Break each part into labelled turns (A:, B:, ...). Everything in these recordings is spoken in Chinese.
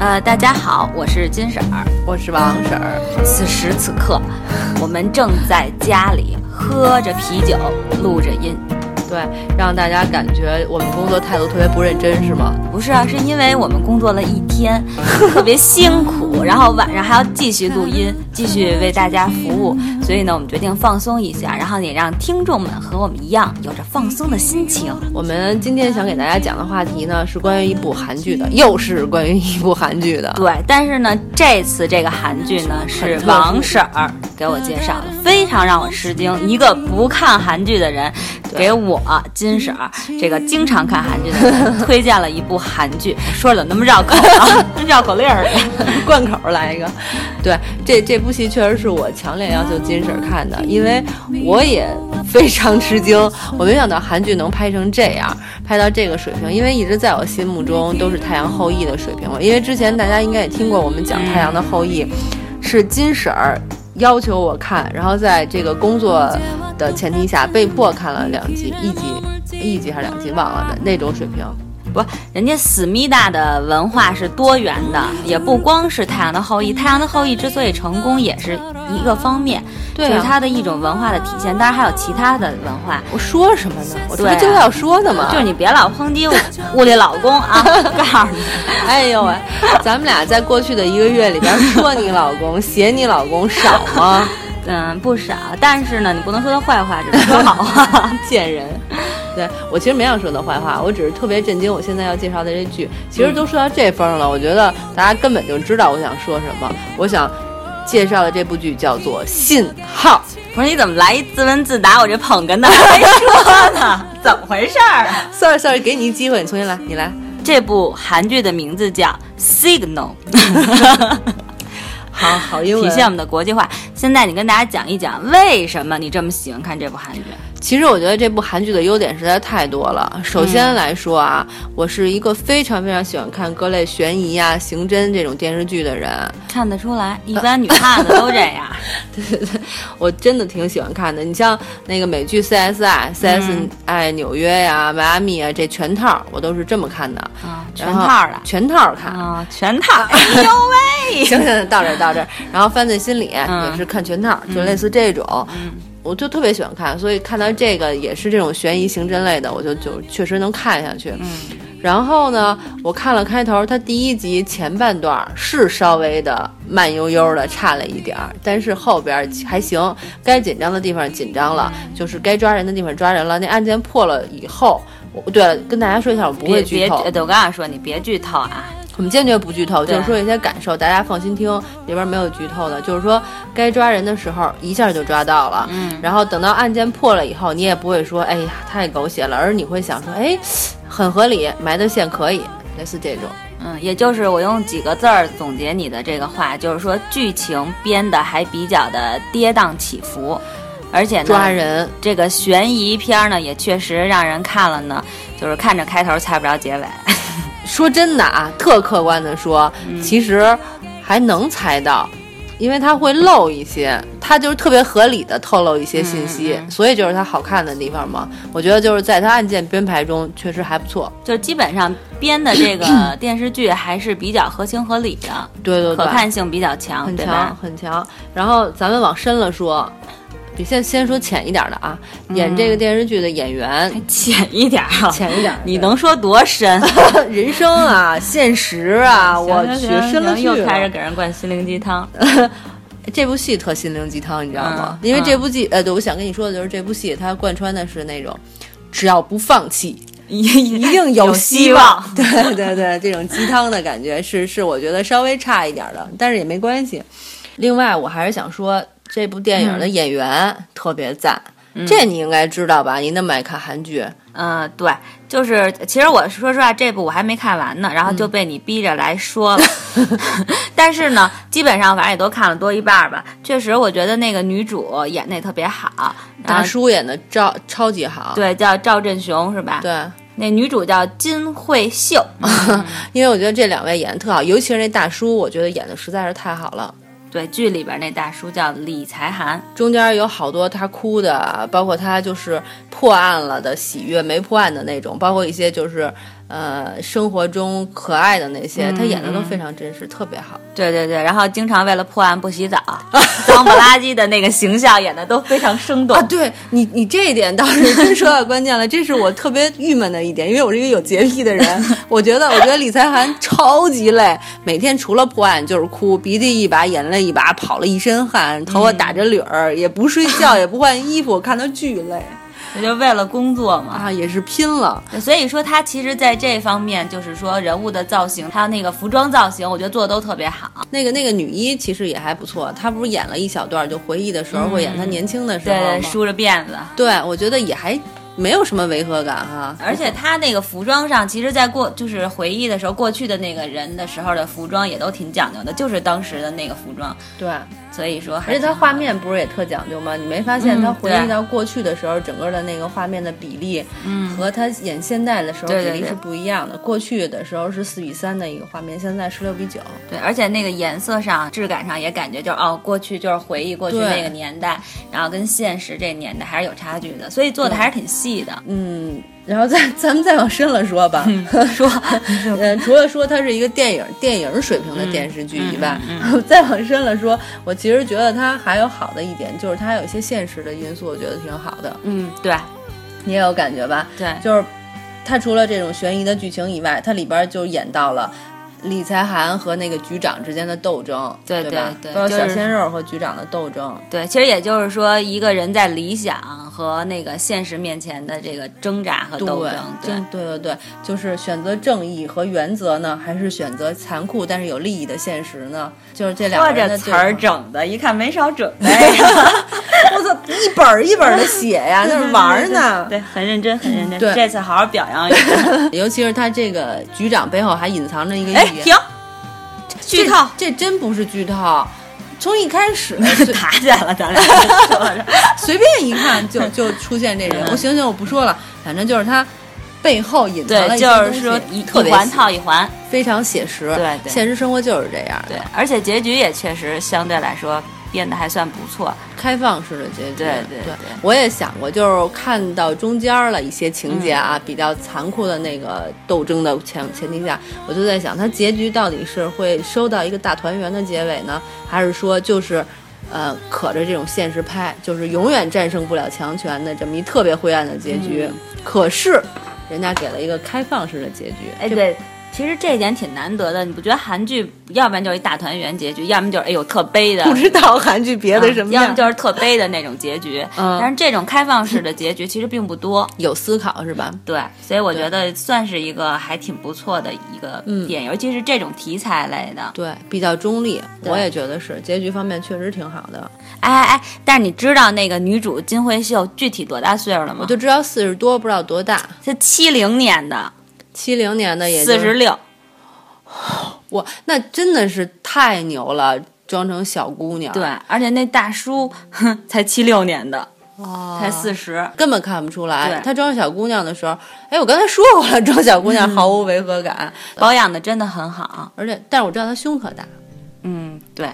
A: 呃，大家好，我是金婶儿。
B: 我是王婶儿，
A: 此时此刻，我们正在家里喝着啤酒，录着音。
B: 对，让大家感觉我们工作态度特别不认真，是吗？
A: 不是啊，是因为我们工作了一天， 特别辛苦，然后晚上还要继续录音，继续为大家服务，所以呢，我们决定放松一下，然后也让听众们和我们一样有着放松的心情。
B: 我们今天想给大家讲的话题呢，是关于一部韩剧的，又是关于一部韩剧的。
A: 对，但是呢，这次这个韩剧呢是王婶儿给我介绍的，非常让我吃惊。一个不看韩剧的人，给我金婶儿这个经常看韩剧的人推荐了一部韩剧，说了那么绕口啊， 绕口令儿的。
B: 贯口儿来一个。对，这这部戏确实是我强烈要求金婶儿看的，因为我也非常吃惊，我没想到韩剧能拍成这样，拍到这个水平。因为一直在我心目中都是《太阳后裔》的水平了。因为之前大家应该也听过我们讲《太阳的后裔》，是金婶儿要求我看，然后在这个工作的前提下被迫看了两集，一集一集还是两集忘了的那种水平。
A: 不，人家思密达的文化是多元的，也不光是《太阳的后裔》。《太阳的后裔》之所以成功，也是一个方面，
B: 对啊
A: 就是它的一种文化的体现。当然还有其他的文化，
B: 我说什么呢？我这
A: 对
B: 不
A: 啊
B: 就要说的吗？
A: 就是你别老抨击 我屋里老公啊！告诉你，
B: 哎呦喂，咱们俩在过去的一个月里边说你老公、写你老公少 吗？
A: 嗯，不少，但是呢，你不能说他坏话，只能说好话。
B: 贱人！对我其实没想说他坏话，我只是特别震惊。我现在要介绍的这剧，其实都说到这份儿了，我觉得大家根本就知道我想说什么。我想介绍的这部剧叫做《信号
A: 不是你怎么来一自问自答，我这捧哏呢还说呢，怎么回事儿啊？》。
B: sorry sorry，给你一机会，你重新来，你来。
A: 这部韩剧的名字叫《Signal》。
B: 好好英
A: 体
B: 文。
A: 现我们的国际化。现在你跟大家讲一讲，为什么你这么喜欢看这部韩剧？
B: 其实我觉得这部韩剧的优点实在太多了。首先来说啊，我是一个非常非常喜欢看各类悬疑啊、刑侦这种电视剧的人。
A: 看得出来，
B: 呃
A: 一般女汉子都这 样。
B: 我真的挺喜欢看的。你像那个美剧
A: 嗯
B: CSI、CSI 纽约呀、迈阿密啊，这全套我都是这么看的，
A: 啊，全
B: 然后
A: 套的
B: 全套看。
A: 啊，全套。 哎呦喂！
B: 行行，行到这儿到这儿，然后犯罪心理
A: 嗯
B: 也是看全套，就类似这种，我就特别喜欢看，所以看到这个也是这种悬疑刑侦类的，我就就确实能看下
A: 嗯
B: 去。然后呢，我看了开头，它第一集前半段儿是稍微的慢悠悠的，差了一点儿，但是后边儿还行，该紧张的地方紧张了，就是该抓人的地方抓人了。那案件破了以后，我对了，跟大家说一下，我不
A: 别
B: 会剧
A: 别，
B: 透，
A: 呃对我刚想说你别剧透啊。
B: 我们坚决不剧透，
A: 对
B: 就是说一些感受，大家放心听，里边没有剧透的。就是说，该抓人的时候一下就抓到了，
A: 嗯，
B: 然后等到案件破了以后，你也不会说，哎呀，太狗血了，而你会想说，哎，很合理，埋的线可以，类似这种。
A: 嗯，也就是我用几个字儿总结你的这个话，就是说剧情编的还比较的跌宕起伏，而且呢，
B: 抓人，
A: 这个悬疑片儿呢，也确实让人看了呢，就是看着开头猜不着结尾。
B: 说真的啊，特客观的说，
A: 嗯
B: 其实还能猜到。因为它会漏一些，它就是特别合理的透露一些信息，
A: 嗯嗯
B: 所以就是它好看的地方嘛。我觉得就是在它案件编排中确实还不错，
A: 就是基本上编的这 个电视剧还是比较合情合理的，
B: 对对对，
A: 可看性比较强，
B: 很
A: 对
B: 强
A: 吧？
B: 很强。然后咱们往深了说，比先先说浅一点的啊，演这个电视剧的演员、
A: 浅一点儿啊，
B: 哎浅一点儿，
A: 你能说多深？
B: 人生啊，现实啊，我
A: 行
B: 去
A: 行行
B: 深了
A: 行
B: 去
A: 又开始
B: 了。
A: 给人灌心灵鸡汤。
B: 这部戏特心灵鸡汤，你知道吗？
A: 嗯
B: 因为这部剧，呃，对，我想跟你说的就是这部戏，它贯穿的是那种只要不放弃，
A: 一
B: 一 定
A: 有
B: 希
A: 望。
B: 对对对，这种鸡汤的感觉是是我觉得稍微差一点儿的，但是也没关系。另外，我还是想说这部电影的
A: 嗯
B: 演员特别赞，这你应该知道吧？你那么爱看韩剧，
A: 嗯、对，就是其实我说实话，这部我还没看完呢，然后就
B: 嗯
A: 被你逼着来说 了。但是呢，基本上反正也都看了多一半儿吧。确实，我觉得那个女主演的也特别好，然
B: 大
A: 后
B: 叔演的超超级好。
A: 啊对叫赵振雄是吧？，
B: 对嗯
A: 那女主叫金惠 秀。
B: 因为我觉得这两位演的特好，尤其是那大叔，我觉得演的实在是太好了。
A: 对，剧里边那大叔叫李才涵，
B: 中间有好多他哭的，包括他就是破案了的喜悦，没破案的那种，包括一些就是呃生活中可爱的那些，他演的都非常真实，特别好。
A: 对对对，然后经常为了破案不洗 澡，脏不拉几的那个形象演的都非常生动
B: 啊，。对你，你这一点倒是真说到关键了，这是我特别郁闷的一点，因为我是一个有洁癖的人，我觉得，我觉得李才涵超级累，每天除了破案就是哭，鼻涕一把，眼泪一把，跑了一身汗，头发打着绺儿，也不睡觉，也不换衣服，我看他巨累
A: 我就为了工作嘛。
B: 啊，也是拼了。
A: 所以说，他其实在这方面，就是说人物的造型，还有那个服装造型，我觉得做的都特别好。
B: 那个那个女一其实也还不错，她不是演了一小段，就回忆的时候会演她年轻的时候
A: 对对，
B: 吗
A: 梳着辫子，
B: 对，我觉得也还没有什么违和感哈、
A: 而且他那个服装上，其实，在过就是回忆的时候，过去的那个人的时候的服装也都挺讲究的，就是当时的那个服装。
B: 对。
A: 所以说还
B: 而且
A: 挺好，
B: 它画面不是也特讲究吗？你没发现
A: 嗯
B: 它回
A: 对
B: 忆到过去的时候，整个的那个画面的比例，嗯，和它演现在的时候
A: 对
B: 比
A: 对
B: 例
A: 对
B: 是不一样的。过去的时候是四比三的一个画面，现在十六比九。
A: 对，而且那个颜色上、质感上也感觉就是哦，过去就是回忆过去
B: 对
A: 那个年代，然后跟现实这年代还是有差距的，所以做的
B: 对
A: 还是挺细的。
B: 嗯，然后再咱们再往深了说吧，
A: 嗯 说
B: 呃，除了说它是一个电影电影水平的电视剧以外，
A: 嗯
B: 再往深了说，我其实觉得它还有好的一点，就是它有一些现实的因素，我觉得挺好的。
A: 嗯，对
B: 你也有感觉吧？
A: 对，
B: 就是他除了这种悬疑的剧情以外，它里边儿就演到了。李才涵和那个局长之间的斗争，
A: 对
B: 对吧
A: 对对
B: 包括
A: 就是
B: 小鲜肉和局长的斗争，
A: 对，其实也就是说，一个人在理想和那个现实面前的这个挣扎和斗
B: 对
A: 争，对
B: 真对对对，就是选择正义和原则呢，还是选择残酷但是有利益的现实呢？就是这两
A: 或
B: 个人
A: 者
B: 的
A: 词
B: 对
A: 儿
B: 抗
A: 整的，一看没少准备呀，
B: 我操， 一本儿一本的写呀，那是玩儿呢。
A: 对，很认真，很认真。
B: 对
A: 这次好好表扬一 下。
B: 尤其是他这个局长背后还隐藏着一个
A: 哎，
B: 意义，
A: 停，剧
B: 这
A: 透，
B: 这真不是剧透，从一开始 随
A: 打起来了，咱俩 说着。
B: 随便一看就就出现这 人。我行行，我不说了，反正就是他背后隐藏了
A: 对，
B: 一
A: 就
B: 些
A: 是说
B: 东西
A: 一
B: 特
A: 一
B: 别
A: 环套一环。
B: 非常写实。
A: 对对
B: 现实生活就是这样的，
A: 对，而且结局也确实相对来说变得还算不错。
B: 开放式的结局。
A: 对
B: 对
A: 对对
B: 我也想过，就是看到中间儿了一些情节啊，比较残酷的那个斗争的前前提下，我就在想，它结局到底是会收到一个大团圆的结尾呢，还是说就是？呃，可着这种现实拍，就是永远战胜不了强权的这么一特别灰暗的结局。可是，人家给了一个开放式的结局。
A: 哎，
B: 这
A: 对，其实这一点挺难得的，你不觉得韩剧要不然就是一大团圆结局，要么就是哎呦特悲的，
B: 不知道韩剧别的什么样，
A: 啊要么就是特悲的那种结局。
B: 嗯
A: 但是这种开放式的结局其实并不多，
B: 有思考是吧？
A: 对，所以我觉得算是一个还挺不错的一个电影，尤其是这种题材类的。
B: 嗯对，比较中立，
A: 对
B: 我也觉得是。结局方面确实挺好的，
A: 哎哎哎，但是你知道那个女主金惠秀具体多大岁数了吗？
B: 我就知道四十多，不知道多大。
A: 是七零年的，
B: 七零年的也就啊
A: 四十，六。
B: 哇，那真的是太牛了，装成小姑娘，
A: 对，，而且那大叔哼才七六年的，
B: 啊
A: 才四十。
B: 根本看不出来。
A: 对
B: 她装小姑娘的时候，哎，我刚才说过了，装小姑
A: 嗯
B: 娘毫无违和感，
A: 保养的真的很好，
B: 而且，但是我知道她胸可大。
A: 嗯， 对，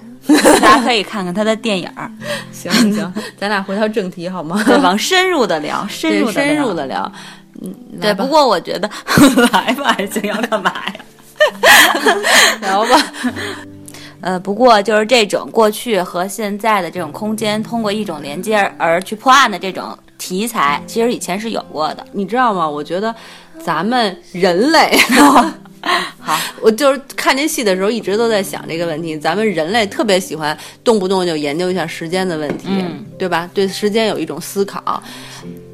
A: 大家可以看看他的电影儿，
B: 行行， 咱俩回到正题好吗？
A: 对，往深入的聊，深入
B: 对，
A: 的
B: 深入的聊。嗯，
A: 对，
B: 来吧
A: 不过我觉得 来吧，还行，要干嘛呀？
B: 聊吧。
A: 呃，不过就是这种过去和现在的这种空间，通过一种连接而去破案的这种题材，其实以前是有过的。
B: 你知道吗？我觉得咱们人 类，
A: 好，
B: 我就是看这戏的时候一直都在想这个问题。咱们人类特别喜欢动不动就研究一下时间的问题，
A: 嗯
B: 对吧？对时间有一种思考，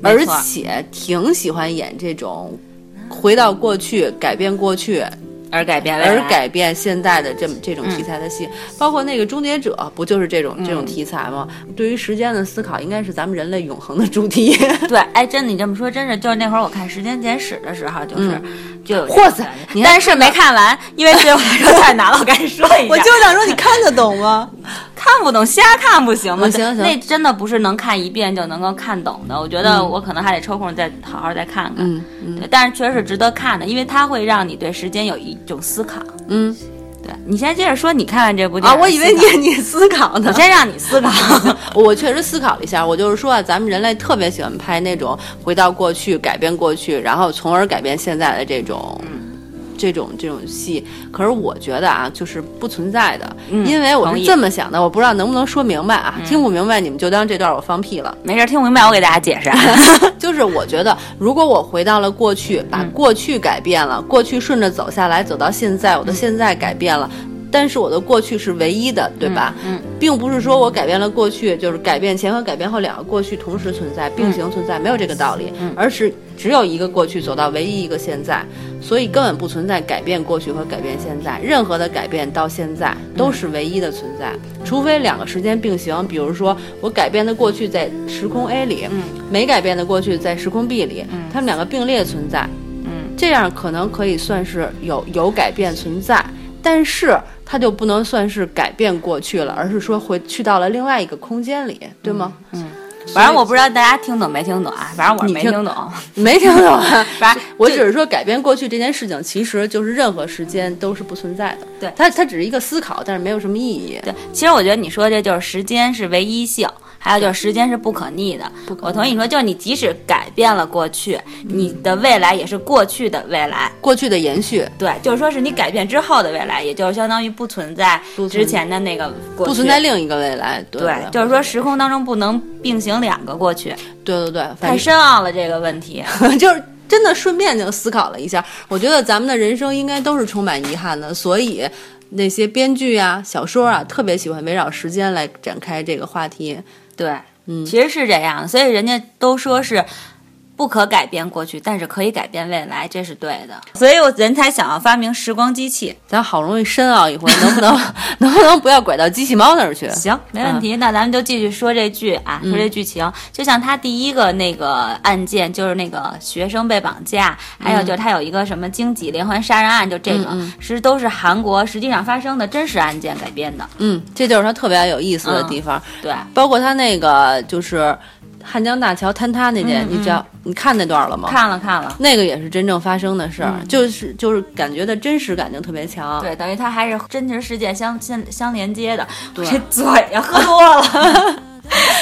A: 没
B: 而
A: 错
B: 且挺喜欢演这种。回到过去，改变过去，
A: 而改变未来
B: 而改变现在的这
A: 嗯
B: 么这种题材的戏，包括那个《终结者》，不就是这种
A: 嗯
B: 这种题材吗？对于时间的思考，应该是咱们人类永恒的 主题。
A: 对，哎，真的，你这么说，真是就是那会儿我看《时间简史》的时候，就是、就有这
B: 哇
A: 种
B: 塞
A: 感觉
B: 你还
A: 但是没看完，因为对我来说太 难了，我赶紧说一下，
B: 想说，你看得懂吗？
A: 看不懂，瞎看不行吗？
B: 嗯行行
A: 那真的不是能看一遍就能够看懂的。我觉得我可能还得抽空再好好再看看。
B: 嗯
A: 对，但是确实是值得看的，因为它会让你对时间有一种思考。
B: 嗯，
A: 对你先接着说，你看完这部电
B: 啊，
A: 影
B: 我以为
A: 思考
B: 你你 思考呢
A: 我。先让你思考。
B: 我确实思考了一下，我就是说啊，咱们人类特别喜欢拍那种回到过去、改变过去，然后从而改变现在的这种
A: 嗯
B: 这种这种戏。可是我觉得啊，就是不存在的，
A: 嗯
B: 因为我
A: 同
B: 是
A: 意嗯
B: 这么想的，我不知道能不能说明白啊，听不明白你们就当这段我放屁了。
A: 没事，听明白我给大家解 释啊。
B: 就是我觉得，如果我回到了过去，把
A: 嗯
B: 过去改变了，过去顺着走下来，走到现在，我
A: 嗯
B: 的现在改变了。但是我的过去是唯一的，对吧？
A: 嗯嗯
B: 并不是说我改变了过去，就是改变前和改变后两个过去同时存在、并行存在，没有这个道理，而是只有一个过去走到唯一一个现在，所以根本不存在改变过去和改变现在，任何的改变到现在都是唯一的存在，除非两个时间并行，比如说我改变的过去在时空 A 里，没改变的过去在时空 B 里，他们两个并列存在，
A: 嗯，
B: 这样可能可以算是有有改变存在，但是它就不能算是改变过去了，而是说回去到了另外一个空间里，对吗？
A: 嗯反正我不知道大家听懂没听懂啊，反正我是没听懂。
B: 没听懂啊。
A: 嗯 反正
B: 我只是说，改变过去这件事情，其实就是任何时间都是不存在的。
A: 对
B: 它它只是一个思考，但是没有什么意义。
A: 对，其实我觉得你说的这就是时间是唯一性，还有就是时间是不可逆的。我同意你说，就是你即使改变了过去，你的未来也是过去的未来。
B: 过去的延续，
A: 对，就是说是你改变之后的未来，也就是相当于不存在
B: 不存
A: 之前的那个过去。
B: 不存在另一个未来。对
A: 对，就是说时空当中不能并行两个过去，
B: 对对对，
A: 太
B: 反正
A: 深奥了这个问题。
B: 就是真的顺便就思考了一下，我觉得咱们的人生应该都是充满遗憾的，所以那些编剧啊、小说啊，特别喜欢围绕时间来展开这个话题。
A: 对，嗯，其实是这样，所以人家都说是不可改变过去，但是可以改变未来，这是对的。所以我人才想要发明时光机器。
B: 咱好容易深奥一回，能不能 能不能不要拐到机器猫那儿去？
A: 行，没问
B: 嗯
A: 题。那咱们就继续说这剧啊，说这剧情。就像他第一个那个案件，就是那个学生被绑架，还
B: 嗯
A: 有就是他有一个什么经济连环杀人案，就这个，其实都是韩国实际上发生的真实案件改编的。
B: 嗯，这就是它特别有意思
A: 嗯
B: 的地方，
A: 对，
B: 包括它那个就是汉江大桥坍塌那件，你知道你看那段了吗？
A: 嗯看了看了。
B: 那个也是真正发生的事儿，就是就是感觉的真实感就特别强。
A: 对，等于它还是真实事件相相相连接的。我 这嘴呀，喝多了，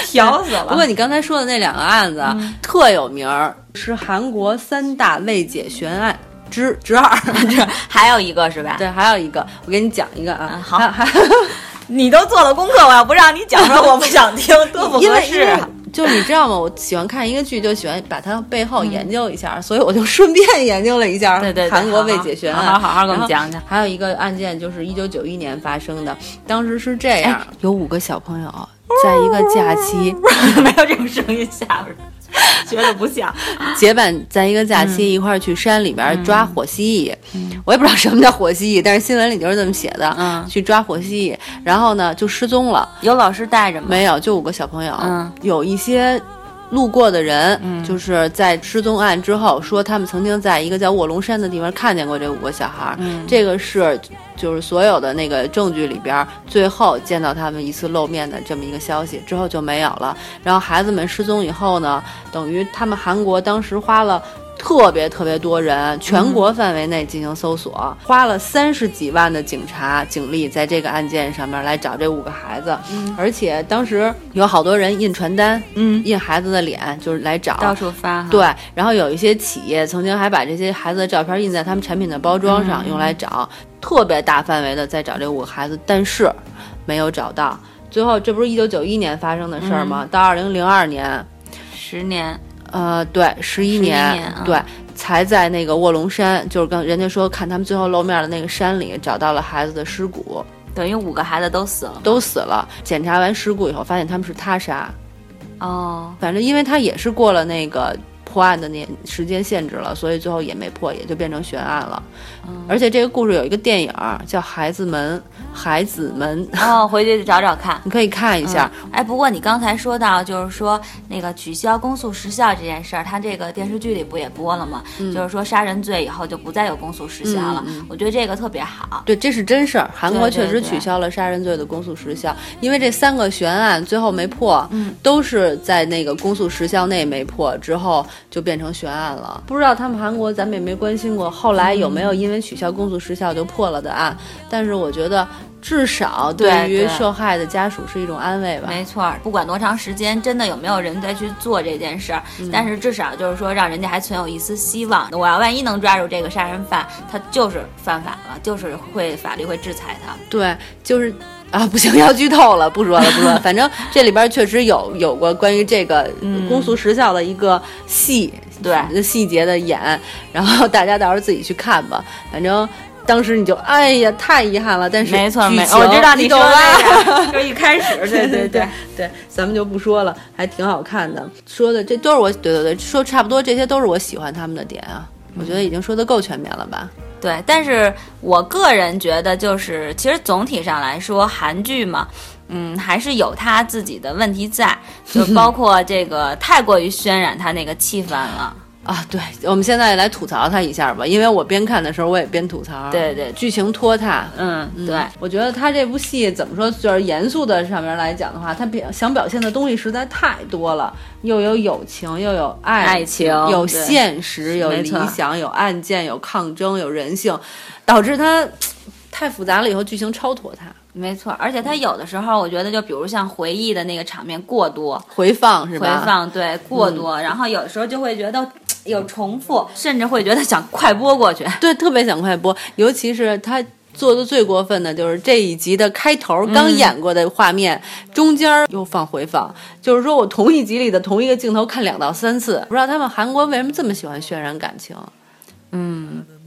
A: 调死了。嗯
B: 不过你刚才说的那两个案子、啊特有名儿，是韩国三大未解悬案之之二。
A: 还有一个是吧？，
B: 对，还有一个，我给你讲一个啊。
A: 嗯好
B: 还还
A: 你都做了功课，我要不让你讲了，我不想听，多不
B: 因
A: 合
B: 为因
A: 适
B: 为
A: 啊。
B: 就是你知道吗？我喜欢看一个剧，就喜欢把它背后研究一下，所以我就顺便研究了一下
A: 嗯对对对
B: 韩国
A: 好
B: 未
A: 好
B: 解悬
A: 好
B: 案。
A: 好好好给我们
B: 然后
A: 讲讲
B: 还有一个案件，就是一九九一年发生的，当时是这
A: 哎
B: 样：哦有五个小朋友在一个假期。
A: 没有这种声音吓人，觉得不像。
B: 结伴在一个假期一块儿去山里边抓火蜥蜴，我也不知道什么叫火蜥蜴，但是新闻里就是这么写的。
A: 嗯
B: 去抓火蜥蜴，然后呢就失踪了，
A: 有老师带着吗？
B: 没有，就五个小朋友。
A: 嗯
B: 有一些路过的人，就是在失踪案之后说他们曾经在一个叫卧龙山的地方看见过这五个小孩儿。
A: 嗯
B: 这个是就是所有的那个证据里边儿最后见到他们一次露面的这么一个消息，之后就没有了。然后孩子们失踪以后呢，等于他们韩国当时花了。特别特别多人，全国范围内进行搜索，
A: 嗯
B: 花了三十几万的警察警力在这个案件上面来找这五个孩子，而且当时有好多人印传单，
A: 嗯，
B: 印孩子的脸，就是来找。
A: 到处发哈。
B: 对，然后有一些企业曾经还把这些孩子的照片印在他们产品的包装上，
A: 嗯
B: 用来找，特别大范围的在找这五个孩子，但是没有找到。最后，这不是一九九一年发生的事儿吗？
A: 嗯
B: 到二零零二年，
A: 十年，
B: 呃，对，十一
A: 11
B: 年，
A: 年啊
B: 对，才在那个卧龙山，就是跟人家说看他们最后露面的那个山里，找到了孩子的尸骨，
A: 等于五个孩子都死了。
B: 都死了。检查完尸骨以后，发现他们是他杀，
A: 哦，
B: 反正因为他也是过了那个破案的年时间限制了，所以最后也没破，也就变成悬案了。而且这个故事有一个电影儿叫《孩子们》，孩子们，
A: 哦，回去找找看。
B: 你可以看一下。
A: 嗯哎，不过你刚才说到，就是说那个取消公诉时效这件事儿，他这个电视剧里不也播了吗？就是说杀人罪以后就不再有公诉时效了。我觉得这个特别好。
B: 对，这是真事儿。韩国
A: 对对
B: 确实
A: 对
B: 取消了杀人罪的公诉时效，因为这三嗯个悬案最后没破，都是在那个公诉时效内没破，之后就变成悬案了。嗯不知道他们韩国咱们也没关心过，后来有没有因为取消公诉时效就破了的案？但是我觉得至少对于
A: 对对
B: 受害的家属是一种安慰吧。
A: 没错儿，不管多长时间，真的有没有人再去做这件事儿，但是至少就是说，让人家还存有一丝希望。我要万一能抓住这个杀人犯，他就是犯法了，就是会法律会制裁他。
B: 对，就是啊，不行，要剧透了，不说了，不说了。反正这里边确实有有过关于这个公诉时效的一个细、
A: 对
B: 细节的演，然后大家到时候自己去看吧。反正当时你就哎呀，太遗憾了，但是
A: 没错，
B: 剧
A: 没
B: 情
A: 我知道你
B: 懂
A: 说
B: 吧？
A: 这个，就是一开始，对对对。
B: 对，咱们就不说了，还挺好看的。说的这都是我，对对对，说差不多，这些都是我喜欢他们的点啊。我觉得已经说的够全面了吧？
A: 对，但是我个人觉得，就是其实总体上来说，韩剧嘛，嗯，还是有它自己的问题在，就包括这个太过于渲染它那个气氛了。
B: 啊，对，我们现在来吐槽他一下吧，因为我边看的时候我也边吐槽。
A: 对对
B: 剧情拖沓。
A: 嗯，对，
B: 嗯我觉得他这部戏怎么说，就是严肃的上面来讲的话，他表想表现的东西实在太多了，又有友情，又有爱
A: 爱情
B: 有
A: 对
B: 现实，有
A: 没
B: 理
A: 错
B: 想，有案件，有抗争，有人性，导致它太复杂了，以后剧情超拖沓。
A: 没错。而且它
B: 嗯
A: 有的时候，我觉得就比如像回忆的那个场面过多，
B: 回放是
A: 回
B: 吧？
A: 放对
B: 嗯
A: 过多，然后有的时候就会觉得有重复，甚至会
B: 嗯
A: 觉得想快播过去。
B: 对，特别想快播，尤其是他做的最过分的就是这一集的开头刚演过的画面，中间儿又放回放，就是说我同一集里的同一个镜头看两到三次，不知道他们韩国为什么这么喜欢渲染感情。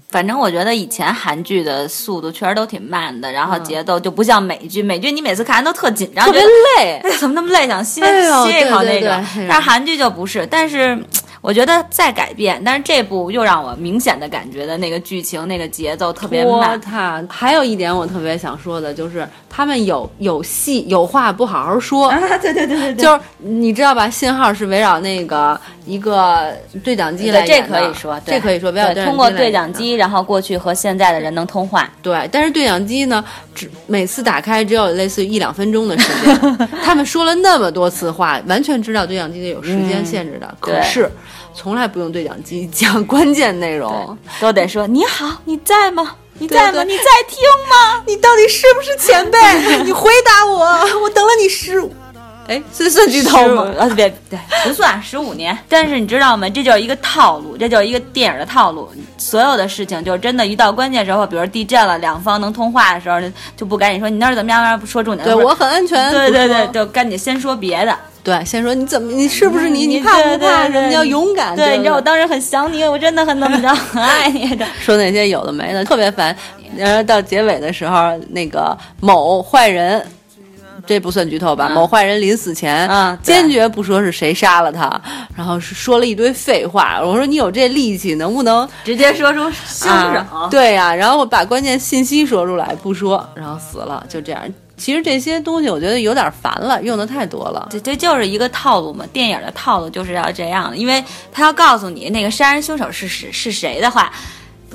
A: 反正我觉得以前韩剧的速度确实都挺慢的，然后节奏就不像美剧，美剧你每次看完都特紧张，
B: 嗯特别
A: 觉得
B: 累，
A: 哎呀怎么那么累，想歇、
B: 哎呦
A: 歇一口
B: 对
A: 那
B: 对啊
A: 种
B: 对。
A: 但是韩剧就不是，但是。嗯我觉得在改变，但是这部又让我明显的感觉的那个剧情、那个节奏特别
B: 拖
A: 慢，
B: 沓。还有一点我特别想说的就是，他们有有戏有话不好好说，
A: 啊，对对对对
B: 就是你知道吧？信号是围绕那个一个对讲机来
A: 对，这
B: 演的
A: 可以说，对
B: 这可以说，围绕
A: 对通过
B: 对
A: 对讲机，然后过去和现在的人能通话，
B: 对，但是对讲机呢，只每次打开只有类似于一两分钟的时 间。他们说了那么多次话，完全知道对讲机是有时间限制的，可
A: 嗯对
B: 是从来不用对讲机讲 关键内容。
A: 都得说你好，你在吗？你
B: 对
A: 在吗？
B: 对
A: 你在听吗？
B: 你到底是不是前辈？ 你回答我，我等了你十五。哎，这算剧透
A: 十五
B: 吗？
A: 啊，别对，不算十五年。但是你知道吗？这就是一个套路，这就是一个电影的套路。所有的事情就是真的，一到关键时候，比如地震了，两方能通话的时候，就不赶紧说你那儿怎么样，那儿不说重点。
B: 对
A: 不是
B: 我很安全。
A: 对
B: 不
A: 对
B: 说
A: 对，就赶紧先说别的。
B: 对，先说你怎么，你是不是你？
A: 你
B: 你怕
A: 对
B: 不怕？
A: 对
B: 什么
A: 对
B: 叫勇敢？
A: 对，你知道我
B: 当
A: 当时很想你，我真的很哎怎 么着，很爱你的。
B: 说那些有的没的，特别烦。然后到结尾的时候，那个某坏人，这不算剧透吧？
A: 嗯
B: 某坏人临死前，
A: 嗯对
B: 坚决不说是谁杀了他，然后是说了一堆废话。我说你有这力气，能不能
A: 直接说出凶
B: 啊对呀、然后我把关键信息说出来，不说，然后死了，就这样。其实这些东西我觉得有点烦了，用的太多了。
A: 这这就是一个套路嘛，电影的套路就是要这样的，因为他要告诉你那个杀人凶手是是是谁的话，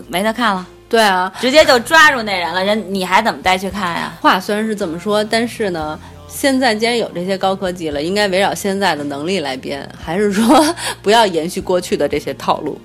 A: 没得看了，
B: 对啊，
A: 直接就抓住那人了，人你还怎么再去看呀？
B: 话虽然是这么说，但是呢，现在既然有这些高科技了，应该围绕现在的能力来编，还是说不要延续过去的这些套路？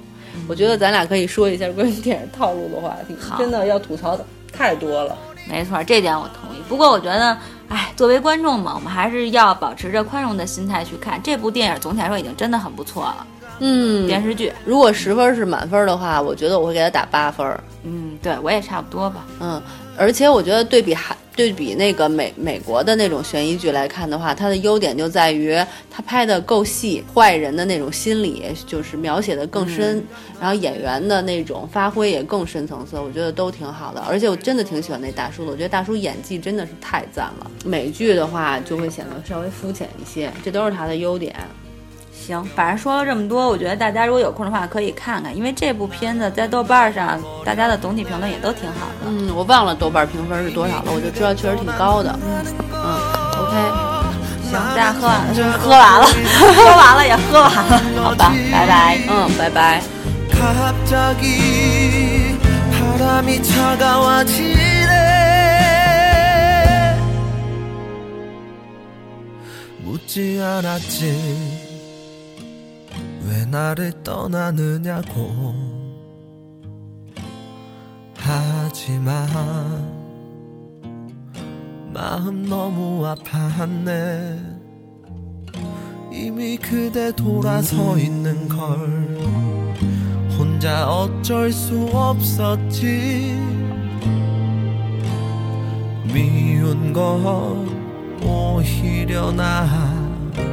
B: 我觉得咱俩可以说一下关于电影套路的话题，
A: 好
B: 真的要吐槽的太多了。
A: 没错，这点我同意。不过我觉得，哎，作为观众嘛，我们还是要保持着宽容的心态去看这部电影。总体来说，已经真的很不错了。
B: 嗯，
A: 电视剧，
B: 如果十分是满分的话，我觉得我会给他打八分儿。
A: 嗯，对我也差不多吧。
B: 嗯，而且我觉得对比韩对比那个美美国的那种悬疑剧来看的话，它的优点就在于它拍的够细，坏人的那种心理就是描写的更深，然后演员的那种发挥也更深层次，我觉得都挺好的。而且我真的挺喜欢那大叔的，我觉得大叔演技真的是太赞了。美剧的话就会显得稍微肤浅一些，这都是它的优点。
A: 行，反正说了这么多，我觉得大家如果有空的话可以看看，因为这部片子在豆瓣上大家的总体评论也都挺好的。
B: 嗯，我忘了豆瓣评分是多少了，我就知道确实挺高的。嗯，OK。
A: 行，大家喝完了，喝完了， 喝完了也喝完了，好吧，拜拜。
B: 嗯，拜拜。
C: 갑자기 바람이 차가워지네 묻지 않았지 왜 나를 떠나느냐고 하지만 마음 너무 아파했네 이미 그대 돌아서 있는 걸 혼자 어쩔 수 없었지 미운 건 오히려 나였어